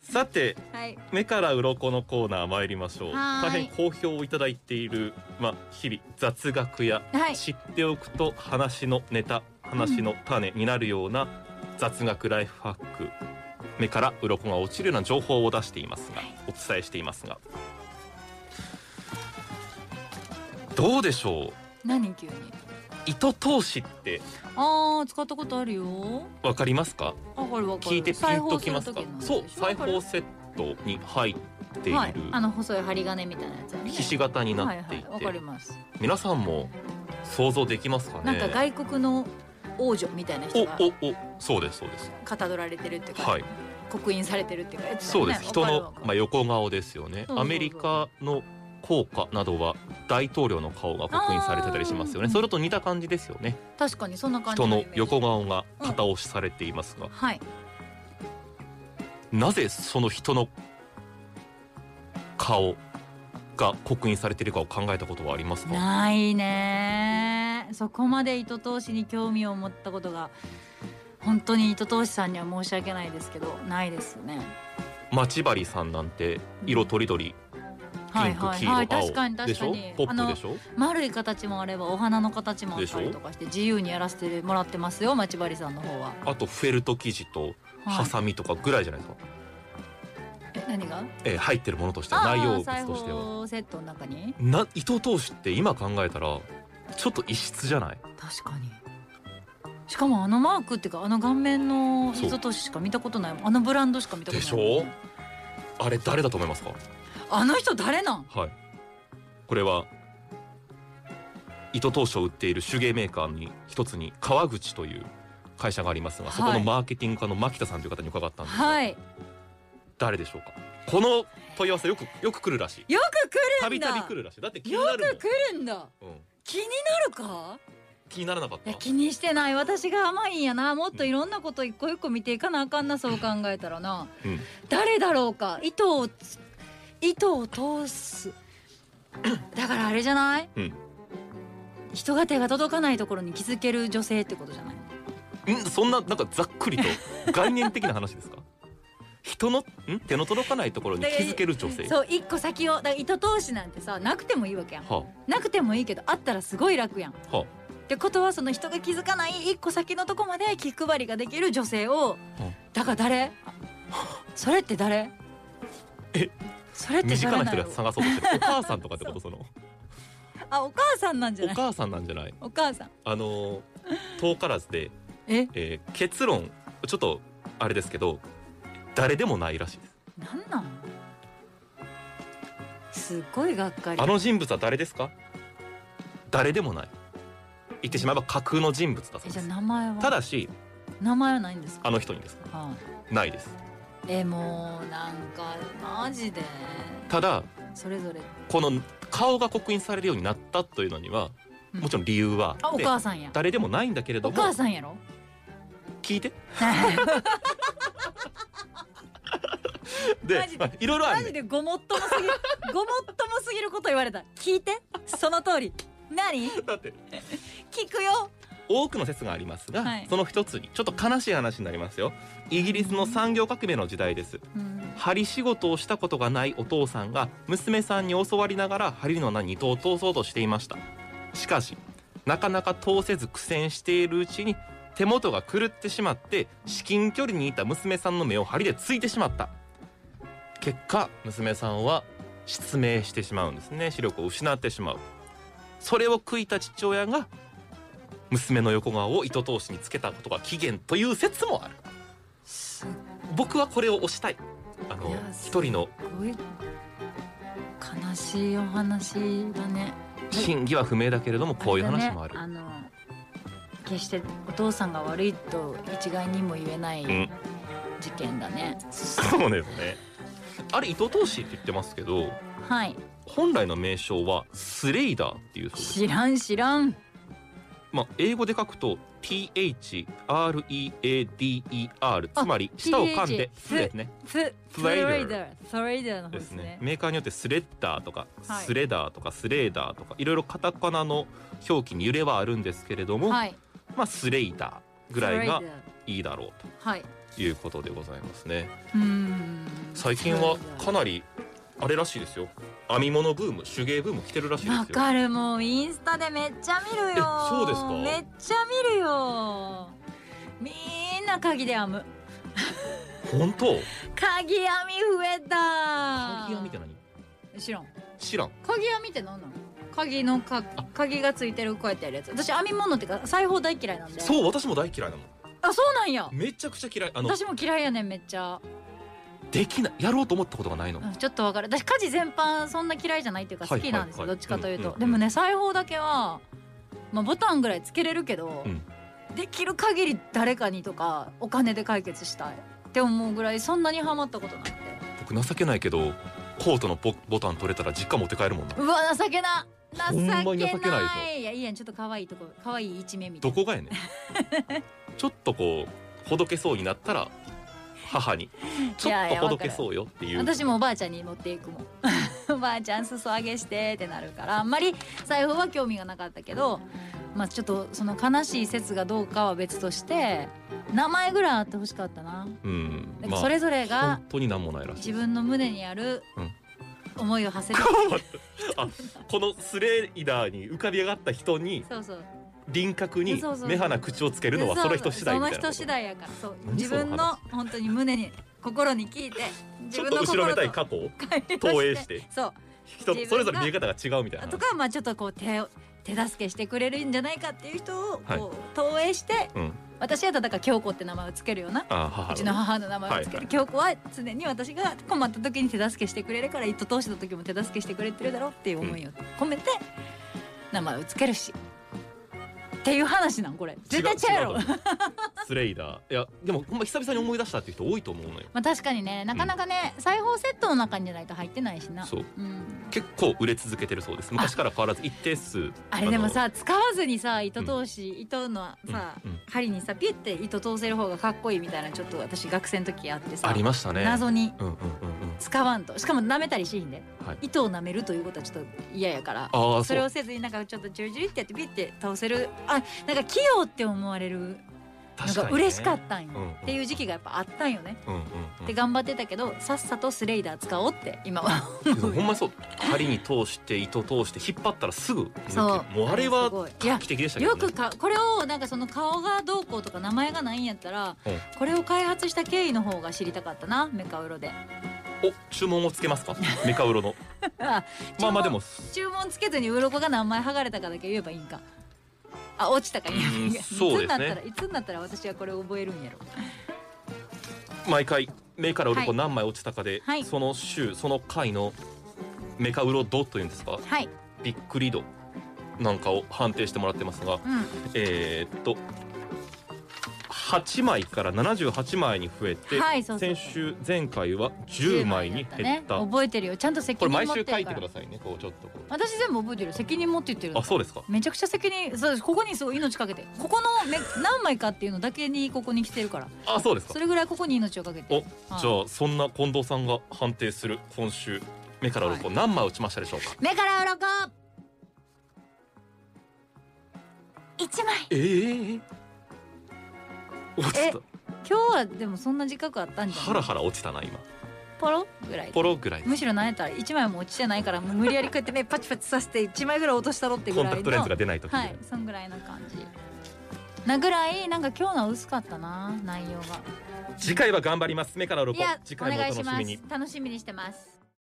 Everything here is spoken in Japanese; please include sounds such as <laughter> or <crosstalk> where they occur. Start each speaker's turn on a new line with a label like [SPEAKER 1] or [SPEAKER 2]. [SPEAKER 1] さて
[SPEAKER 2] はい。
[SPEAKER 1] 目から鱗のコーナー参りましょう
[SPEAKER 2] はー
[SPEAKER 1] 大
[SPEAKER 2] い
[SPEAKER 1] 変好評をいただいているまあ日々雑学や
[SPEAKER 2] はい。
[SPEAKER 1] 知っておくと話のネタ話の種になるような雑学ライフハック目から鱗が落ちるような情報を出していますがお伝えしていますがどうでしょう
[SPEAKER 2] 何急に。
[SPEAKER 1] 糸通しって
[SPEAKER 2] ああ、使ったことあるよ。
[SPEAKER 1] わかりますか
[SPEAKER 2] わかるわか
[SPEAKER 1] 聞
[SPEAKER 2] る。
[SPEAKER 1] いてピンときますか
[SPEAKER 2] 裁縫す
[SPEAKER 1] そ
[SPEAKER 2] る
[SPEAKER 1] う
[SPEAKER 2] 時の
[SPEAKER 1] 裁
[SPEAKER 2] 話でし
[SPEAKER 1] 縫
[SPEAKER 2] ょ
[SPEAKER 1] セットに入っている、
[SPEAKER 2] はい。あの細い針金みたいなやつやね。
[SPEAKER 1] ひし形になっていて、
[SPEAKER 2] はいはい、わかります。
[SPEAKER 1] 皆さんも想像できますかね
[SPEAKER 2] なんか外国の王女みたいな人が
[SPEAKER 1] おおおそうですそうです
[SPEAKER 2] かたどられてるっていうか、
[SPEAKER 1] はい
[SPEAKER 2] 刻印されてるっていうかやつだ
[SPEAKER 1] そ
[SPEAKER 2] よ
[SPEAKER 1] うで
[SPEAKER 2] ね、
[SPEAKER 1] す人の、まあ、
[SPEAKER 2] あ、
[SPEAKER 1] 横顔ですよね
[SPEAKER 2] そうそうそう
[SPEAKER 1] アメリカの硬貨などは大統領の顔が刻印されてたりしますよね
[SPEAKER 2] あー
[SPEAKER 1] それと似た感じですよね
[SPEAKER 2] 確かにそんな感じ
[SPEAKER 1] 人の
[SPEAKER 2] イメージ
[SPEAKER 1] 横顔が片押しされていますが、
[SPEAKER 2] はい
[SPEAKER 1] なぜその人の顔が刻印されているかを考えたことはありますか
[SPEAKER 2] ないねそこまで糸通しに興味を持ったことが本当に糸通しさんには申し訳ないですけどないですね
[SPEAKER 1] 待ち針さんなんて色とりどりピ
[SPEAKER 2] はい
[SPEAKER 1] ンク
[SPEAKER 2] はい
[SPEAKER 1] 黄色
[SPEAKER 2] はい確かに
[SPEAKER 1] 青で
[SPEAKER 2] 確
[SPEAKER 1] し
[SPEAKER 2] か
[SPEAKER 1] ょ
[SPEAKER 2] に
[SPEAKER 1] ポ
[SPEAKER 2] あ
[SPEAKER 1] ップ
[SPEAKER 2] の
[SPEAKER 1] でしょ
[SPEAKER 2] 丸い形もあればお花の形もあったりとかして自由にやらせてもらってますよ待ち針さんの方は、
[SPEAKER 1] あとフェルト生地と
[SPEAKER 2] は
[SPEAKER 1] ハ
[SPEAKER 2] い、
[SPEAKER 1] サミとかぐらいじゃないですか、
[SPEAKER 2] え何が
[SPEAKER 1] えー入ってるものとしては
[SPEAKER 2] あ
[SPEAKER 1] 内容
[SPEAKER 2] あ
[SPEAKER 1] 物
[SPEAKER 2] 裁
[SPEAKER 1] としては
[SPEAKER 2] 縫セットの中に
[SPEAKER 1] な糸通しって今考えたらちょっと異質じゃない
[SPEAKER 2] 確かにしかもあのマークっていうかあの顔面の
[SPEAKER 1] そう
[SPEAKER 2] 溝通ししか見たことないもんあのブランドしか見たことないもんね
[SPEAKER 1] でしあれ誰だと思いますか
[SPEAKER 2] あの人誰なん
[SPEAKER 1] はいこれは糸通しを売っている手芸メーカーに一つに川口という会社がありますがそこ
[SPEAKER 2] は
[SPEAKER 1] の
[SPEAKER 2] い
[SPEAKER 1] マーケティング課の牧田さんという方に伺ったんですが、
[SPEAKER 2] はい
[SPEAKER 1] 誰でしょうかこの問い合わせよくよく来るらしい
[SPEAKER 2] よく来
[SPEAKER 1] た
[SPEAKER 2] るん
[SPEAKER 1] び
[SPEAKER 2] だ
[SPEAKER 1] たび来るらしいだって気に
[SPEAKER 2] よ
[SPEAKER 1] なる
[SPEAKER 2] く来るんだ
[SPEAKER 1] もん、うん、
[SPEAKER 2] 気になるか
[SPEAKER 1] 気にならなかっ
[SPEAKER 2] い
[SPEAKER 1] た
[SPEAKER 2] や気にしてない私が甘いんやなもっといろんなこと一個一個見ていかなあかんなそう考えたらな、
[SPEAKER 1] うん
[SPEAKER 2] 誰だろうか糸をつ糸を通す <clears throat> だからあれじゃない、
[SPEAKER 1] うん
[SPEAKER 2] 人が手が届かないところに気づける女性ってことじゃない
[SPEAKER 1] んそんななんかざっくり <laughs> と概念的な話ですか人のん手の届かないところに気づける女性は
[SPEAKER 2] そう一個先をだから糸通しなんてさなくてもいいわけやん
[SPEAKER 1] あ
[SPEAKER 2] なくてもいいけどあったらすごい楽やんっ
[SPEAKER 1] は
[SPEAKER 2] てことはその人が気づかない一個先のとこまで気配りができる女性を
[SPEAKER 1] うん
[SPEAKER 2] だから誰あそれって誰
[SPEAKER 1] え
[SPEAKER 2] それっ
[SPEAKER 1] 身
[SPEAKER 2] て
[SPEAKER 1] 近な
[SPEAKER 2] 誰な
[SPEAKER 1] 人
[SPEAKER 2] の
[SPEAKER 1] が探そうとしてるお母さんとかってことその
[SPEAKER 2] あお母さんなんじゃ
[SPEAKER 1] お
[SPEAKER 2] ない
[SPEAKER 1] 母さんなんじゃない
[SPEAKER 2] お母さん
[SPEAKER 1] あのー遠からずで、
[SPEAKER 2] え
[SPEAKER 1] えー結論ちょっとあれですけど誰でもないらしいです
[SPEAKER 2] なんなんすっごいがっかり
[SPEAKER 1] あの人物は誰ですか誰でもない言ってしまえば架空の人物だそ
[SPEAKER 2] え
[SPEAKER 1] う
[SPEAKER 2] じ
[SPEAKER 1] で
[SPEAKER 2] ゃあ
[SPEAKER 1] す
[SPEAKER 2] 名前は
[SPEAKER 1] ただし
[SPEAKER 2] 名前はないんですか
[SPEAKER 1] あの人にですか
[SPEAKER 2] はい
[SPEAKER 1] ないです
[SPEAKER 2] えもうなんかマジで
[SPEAKER 1] ただ
[SPEAKER 2] それぞれ
[SPEAKER 1] この顔が刻印されるようになったというのにはもちろん理由は
[SPEAKER 2] あ
[SPEAKER 1] あっ
[SPEAKER 2] お
[SPEAKER 1] て
[SPEAKER 2] 母さんや
[SPEAKER 1] 誰でもないんだけれど
[SPEAKER 2] お
[SPEAKER 1] も
[SPEAKER 2] 母さんやろ
[SPEAKER 1] 聞いてで
[SPEAKER 2] マジで
[SPEAKER 1] まあいろいろあ
[SPEAKER 2] マ
[SPEAKER 1] る
[SPEAKER 2] ジ
[SPEAKER 1] ね
[SPEAKER 2] でごもっともす
[SPEAKER 1] <laughs>
[SPEAKER 2] ぎるごもっともすぎること言われた聞いてその通り何
[SPEAKER 1] だって
[SPEAKER 2] 聞くよ
[SPEAKER 1] 多くの説がありますが、
[SPEAKER 2] はい
[SPEAKER 1] その一つにちょっと悲しい話になりますよイギリスの産業革命の時代です
[SPEAKER 2] うん
[SPEAKER 1] 針仕事をしたことがないお父さんが娘さんに教わりながら針の穴に糸を通そうとしていましたしかしなかなか通せず苦戦しているうちに手元が狂ってしまって至近距離にいた娘さんの目を針でついてしまった結果娘さんは失明してしまうんですね視力を失ってしまうそれを悔いた父親が娘の横顔を糸通しにつけたことが起源という説もある
[SPEAKER 2] す
[SPEAKER 1] 僕はこれを推したいあ
[SPEAKER 2] い
[SPEAKER 1] の
[SPEAKER 2] や
[SPEAKER 1] 一人の
[SPEAKER 2] ごい悲しいお話だね
[SPEAKER 1] 真偽は不明だけれどもこういう話もある
[SPEAKER 2] れだねあの決してお父さんが悪いと一概にも言えない
[SPEAKER 1] うん
[SPEAKER 2] 事件だね、
[SPEAKER 1] そうですねあれ糸通しって言ってますけど
[SPEAKER 2] はい
[SPEAKER 1] 本来の名称はスレイダーっていうそうです
[SPEAKER 2] 知らん知らん
[SPEAKER 1] まあ英語で書くと THREADER
[SPEAKER 2] あ
[SPEAKER 1] つまり舌を噛んで
[SPEAKER 2] TH
[SPEAKER 1] スですね
[SPEAKER 2] ス
[SPEAKER 1] スライダー
[SPEAKER 2] スライダーの方
[SPEAKER 1] で
[SPEAKER 2] ですす
[SPEAKER 1] ね
[SPEAKER 2] ね
[SPEAKER 1] メーカーによってスレッダーとか
[SPEAKER 2] はい
[SPEAKER 1] スレダーとかスレーダーとかいろいろカタカナの表記に揺れはあるんですけれども
[SPEAKER 2] はい
[SPEAKER 1] まあスレイダーぐらいが
[SPEAKER 2] スライダー
[SPEAKER 1] いいだろう
[SPEAKER 2] はい
[SPEAKER 1] ということでございますね
[SPEAKER 2] うーん
[SPEAKER 1] 最近はかなりあれらしいですよ編み物ブーム手芸ブーム来てるらしいですよ
[SPEAKER 2] わかるもうインスタでめっちゃ見るよ
[SPEAKER 1] えそうですか
[SPEAKER 2] めっちゃ見るよみんな鍵で編む
[SPEAKER 1] 本当
[SPEAKER 2] 鍵編み増えた
[SPEAKER 1] 鍵編みって何
[SPEAKER 2] 知らん
[SPEAKER 1] 知らん
[SPEAKER 2] 鍵編みって何なの鍵のか鍵がついてるこうやってやるやつ私編み物っていうか裁縫大嫌いなんで
[SPEAKER 1] そう私も大嫌いなもん
[SPEAKER 2] あそうなんや
[SPEAKER 1] めちゃくちゃ嫌いあの
[SPEAKER 2] 私も嫌いやねんめっちゃ
[SPEAKER 1] できないやろうと思ったことがないの
[SPEAKER 2] うんちょっとわかる私家事全般そんな嫌いじゃないっていうか
[SPEAKER 1] は
[SPEAKER 2] 好
[SPEAKER 1] い
[SPEAKER 2] きなんですよ、
[SPEAKER 1] はいはい
[SPEAKER 2] どっちかという
[SPEAKER 1] う
[SPEAKER 2] と、
[SPEAKER 1] んうん
[SPEAKER 2] でもね裁縫だけは、まあ、ボタンぐらいつけれるけど、
[SPEAKER 1] うん
[SPEAKER 2] できる限り誰かにとかお金で解決したいって思うぐらいそんなにハマったことなくて
[SPEAKER 1] 僕情けないけどコートのボボタン取れたら実家持って帰るもんな
[SPEAKER 2] うわ情けな情けな
[SPEAKER 1] ほ
[SPEAKER 2] い
[SPEAKER 1] んまに情けないでし
[SPEAKER 2] いやいいやんちょっと可愛いとこ可愛い一面みたい
[SPEAKER 1] ど
[SPEAKER 2] な
[SPEAKER 1] こが
[SPEAKER 2] <laughs>
[SPEAKER 1] やねんちょっとこうほどけそうになったら母にちょっとほどけそうよっていう
[SPEAKER 2] 私もおばあちゃんに <laughs> 持っていくもんおばあちゃん裾上げしてってなるからあんまり裁縫は興味がなかったけどまあちょっとその悲しい説がどうかは別として名前ぐらいあってほしかったな
[SPEAKER 1] うん
[SPEAKER 2] なん
[SPEAKER 1] ま
[SPEAKER 2] か
[SPEAKER 1] あ
[SPEAKER 2] それぞれが
[SPEAKER 1] 本当になんもないらしい
[SPEAKER 2] 自分の胸にある
[SPEAKER 1] うん
[SPEAKER 2] 思いを馳せる
[SPEAKER 1] このスレイダーに浮かび上がった人に
[SPEAKER 2] そうそう
[SPEAKER 1] 輪郭に
[SPEAKER 2] そうそうそう
[SPEAKER 1] 目鼻口をつけるのはその人次第みたいな
[SPEAKER 2] その人次第やからそう
[SPEAKER 1] 何
[SPEAKER 2] 自分
[SPEAKER 1] そ
[SPEAKER 2] の
[SPEAKER 1] の
[SPEAKER 2] 本当に胸に心に聞いて
[SPEAKER 1] ち
[SPEAKER 2] 自
[SPEAKER 1] ょっ
[SPEAKER 2] 分
[SPEAKER 1] と
[SPEAKER 2] の
[SPEAKER 1] 後ろめ
[SPEAKER 2] 心
[SPEAKER 1] たい
[SPEAKER 2] と
[SPEAKER 1] 過去を
[SPEAKER 2] 会話
[SPEAKER 1] 投影して
[SPEAKER 2] そう
[SPEAKER 1] 人
[SPEAKER 2] 自分が
[SPEAKER 1] それぞれ見え方が違うみたいな
[SPEAKER 2] とかまあちょっとこう手を手助けしてくれるんじゃないかっていう人をこう、
[SPEAKER 1] はい
[SPEAKER 2] 投影して、
[SPEAKER 1] うん
[SPEAKER 2] 私やったらだから京子って名前をつけるような
[SPEAKER 1] ああ母
[SPEAKER 2] うちの母の名前をつける、
[SPEAKER 1] はいはい
[SPEAKER 2] 京子は常に私が困った時に手助けしてくれるから一頭通しの時も手助けしてくれてるだろうっていう思いを込めて名前をつけるし、っていう話なんこれ絶対違うやろ
[SPEAKER 1] 違う <laughs> と思うスレイダーいやでもほんま久々に思い出したっていう人多いと思うのよ
[SPEAKER 2] まあ確かにねなかなかね、裁縫セットの中にじゃないと入ってないしな
[SPEAKER 1] そう
[SPEAKER 2] うん、
[SPEAKER 1] 結構売れ続けてるそうです昔から変わらず一定数
[SPEAKER 2] あれでも
[SPEAKER 1] の
[SPEAKER 2] さ使わずにさ糸通し、糸のさ、
[SPEAKER 1] うんうん
[SPEAKER 2] 針にさピュって糸通せる方がかっこいいみたいなちょっと私学生の時あってさ
[SPEAKER 1] ありましたね
[SPEAKER 2] 謎に
[SPEAKER 1] うんうんうん
[SPEAKER 2] 使わんとしかも舐めたりしひんで、
[SPEAKER 1] はい
[SPEAKER 2] 糸を舐めるということはちょっと嫌やから
[SPEAKER 1] うんああ
[SPEAKER 2] そ
[SPEAKER 1] そ
[SPEAKER 2] れを
[SPEAKER 1] う
[SPEAKER 2] せずになんかちょっとジュルジュルってやってピュって倒せるあなんか器用って思われるの
[SPEAKER 1] 確か
[SPEAKER 2] が
[SPEAKER 1] にね
[SPEAKER 2] 嬉しかったんよ、
[SPEAKER 1] うんうん
[SPEAKER 2] っていう時期がやっぱあったんよね、
[SPEAKER 1] うんうんうん
[SPEAKER 2] で頑張ってたけどさっさとスレイダー使おうって今は
[SPEAKER 1] <laughs>
[SPEAKER 2] 思う
[SPEAKER 1] ほんまにそう針に通して糸通して引っ張ったらすぐ抜け
[SPEAKER 2] そう
[SPEAKER 1] もうあれは
[SPEAKER 2] すごいいや
[SPEAKER 1] 画期的でしたけど
[SPEAKER 2] よ
[SPEAKER 1] ね
[SPEAKER 2] くかこれをなんかその顔がどうこうとか名前がないんやったら、
[SPEAKER 1] うん
[SPEAKER 2] これを開発した経緯の方が知りたかったなメカウロで <laughs>
[SPEAKER 1] お注文をつけますかメカウロの
[SPEAKER 2] あ
[SPEAKER 1] まあまあでも
[SPEAKER 2] 注文つけずに鱗が何枚剥がれたかだけ言えばいいんかあ落ちたかい
[SPEAKER 1] うん
[SPEAKER 2] やいやいつ
[SPEAKER 1] そう
[SPEAKER 2] に
[SPEAKER 1] ですね
[SPEAKER 2] なったらいつになったら私はこれを覚えるんやろ
[SPEAKER 1] 毎回目から
[SPEAKER 2] は
[SPEAKER 1] 鱗
[SPEAKER 2] い
[SPEAKER 1] 何枚落ちたかで、
[SPEAKER 2] はい
[SPEAKER 1] その週その回のメカウロ度というんですか
[SPEAKER 2] はい
[SPEAKER 1] びっくり度なんかを判定してもらってますが
[SPEAKER 2] うん
[SPEAKER 1] えーっと8枚から78枚に増えて、
[SPEAKER 2] はいそうそう
[SPEAKER 1] 先週前回は10枚に
[SPEAKER 2] 10枚
[SPEAKER 1] 減
[SPEAKER 2] や
[SPEAKER 1] っ
[SPEAKER 2] った
[SPEAKER 1] た
[SPEAKER 2] ね、覚えてるよちゃんと責
[SPEAKER 1] これ
[SPEAKER 2] 任持
[SPEAKER 1] 毎
[SPEAKER 2] って
[SPEAKER 1] 週書
[SPEAKER 2] るか
[SPEAKER 1] いてく
[SPEAKER 2] ら
[SPEAKER 1] ださいねこうちょっとこ
[SPEAKER 2] 私全部覚えてるよ責任持って言ってる
[SPEAKER 1] うあそう
[SPEAKER 2] う
[SPEAKER 1] ですか
[SPEAKER 2] めちゃくちゃ責任そうですここにそう命かけてここのめ何枚かっていうのだけにここに来てるから
[SPEAKER 1] あそうですか
[SPEAKER 2] それぐらいここに命をかけて
[SPEAKER 1] お
[SPEAKER 2] はい
[SPEAKER 1] じゃあそんな近藤さんが判定する今週目から鱗何枚打ちましたでしょうか、
[SPEAKER 2] 目から鱗一枚
[SPEAKER 1] ええー、落ち
[SPEAKER 2] え
[SPEAKER 1] た
[SPEAKER 2] 今日はでもそんな自覚あったんじゃない
[SPEAKER 1] ハラハラ落ちたな今
[SPEAKER 2] ポロぐらい
[SPEAKER 1] ポロぐらい
[SPEAKER 2] むしろ何やったら一枚も落ちてないからもう無理やりこうやって目パチパチさせて一枚ぐらい落としたろってぐ
[SPEAKER 1] コン
[SPEAKER 2] らいの
[SPEAKER 1] タクトレンズが出ない時
[SPEAKER 2] はいそんぐらいの感じなぐらいなんか今日のは薄かったな内容が
[SPEAKER 1] 次回は頑張ります目から
[SPEAKER 2] い
[SPEAKER 1] 鱗
[SPEAKER 2] や
[SPEAKER 1] 次
[SPEAKER 2] お
[SPEAKER 1] 回もお
[SPEAKER 2] 願い
[SPEAKER 1] 楽
[SPEAKER 2] し
[SPEAKER 1] し
[SPEAKER 2] ま
[SPEAKER 1] みに
[SPEAKER 2] す楽しみにしてます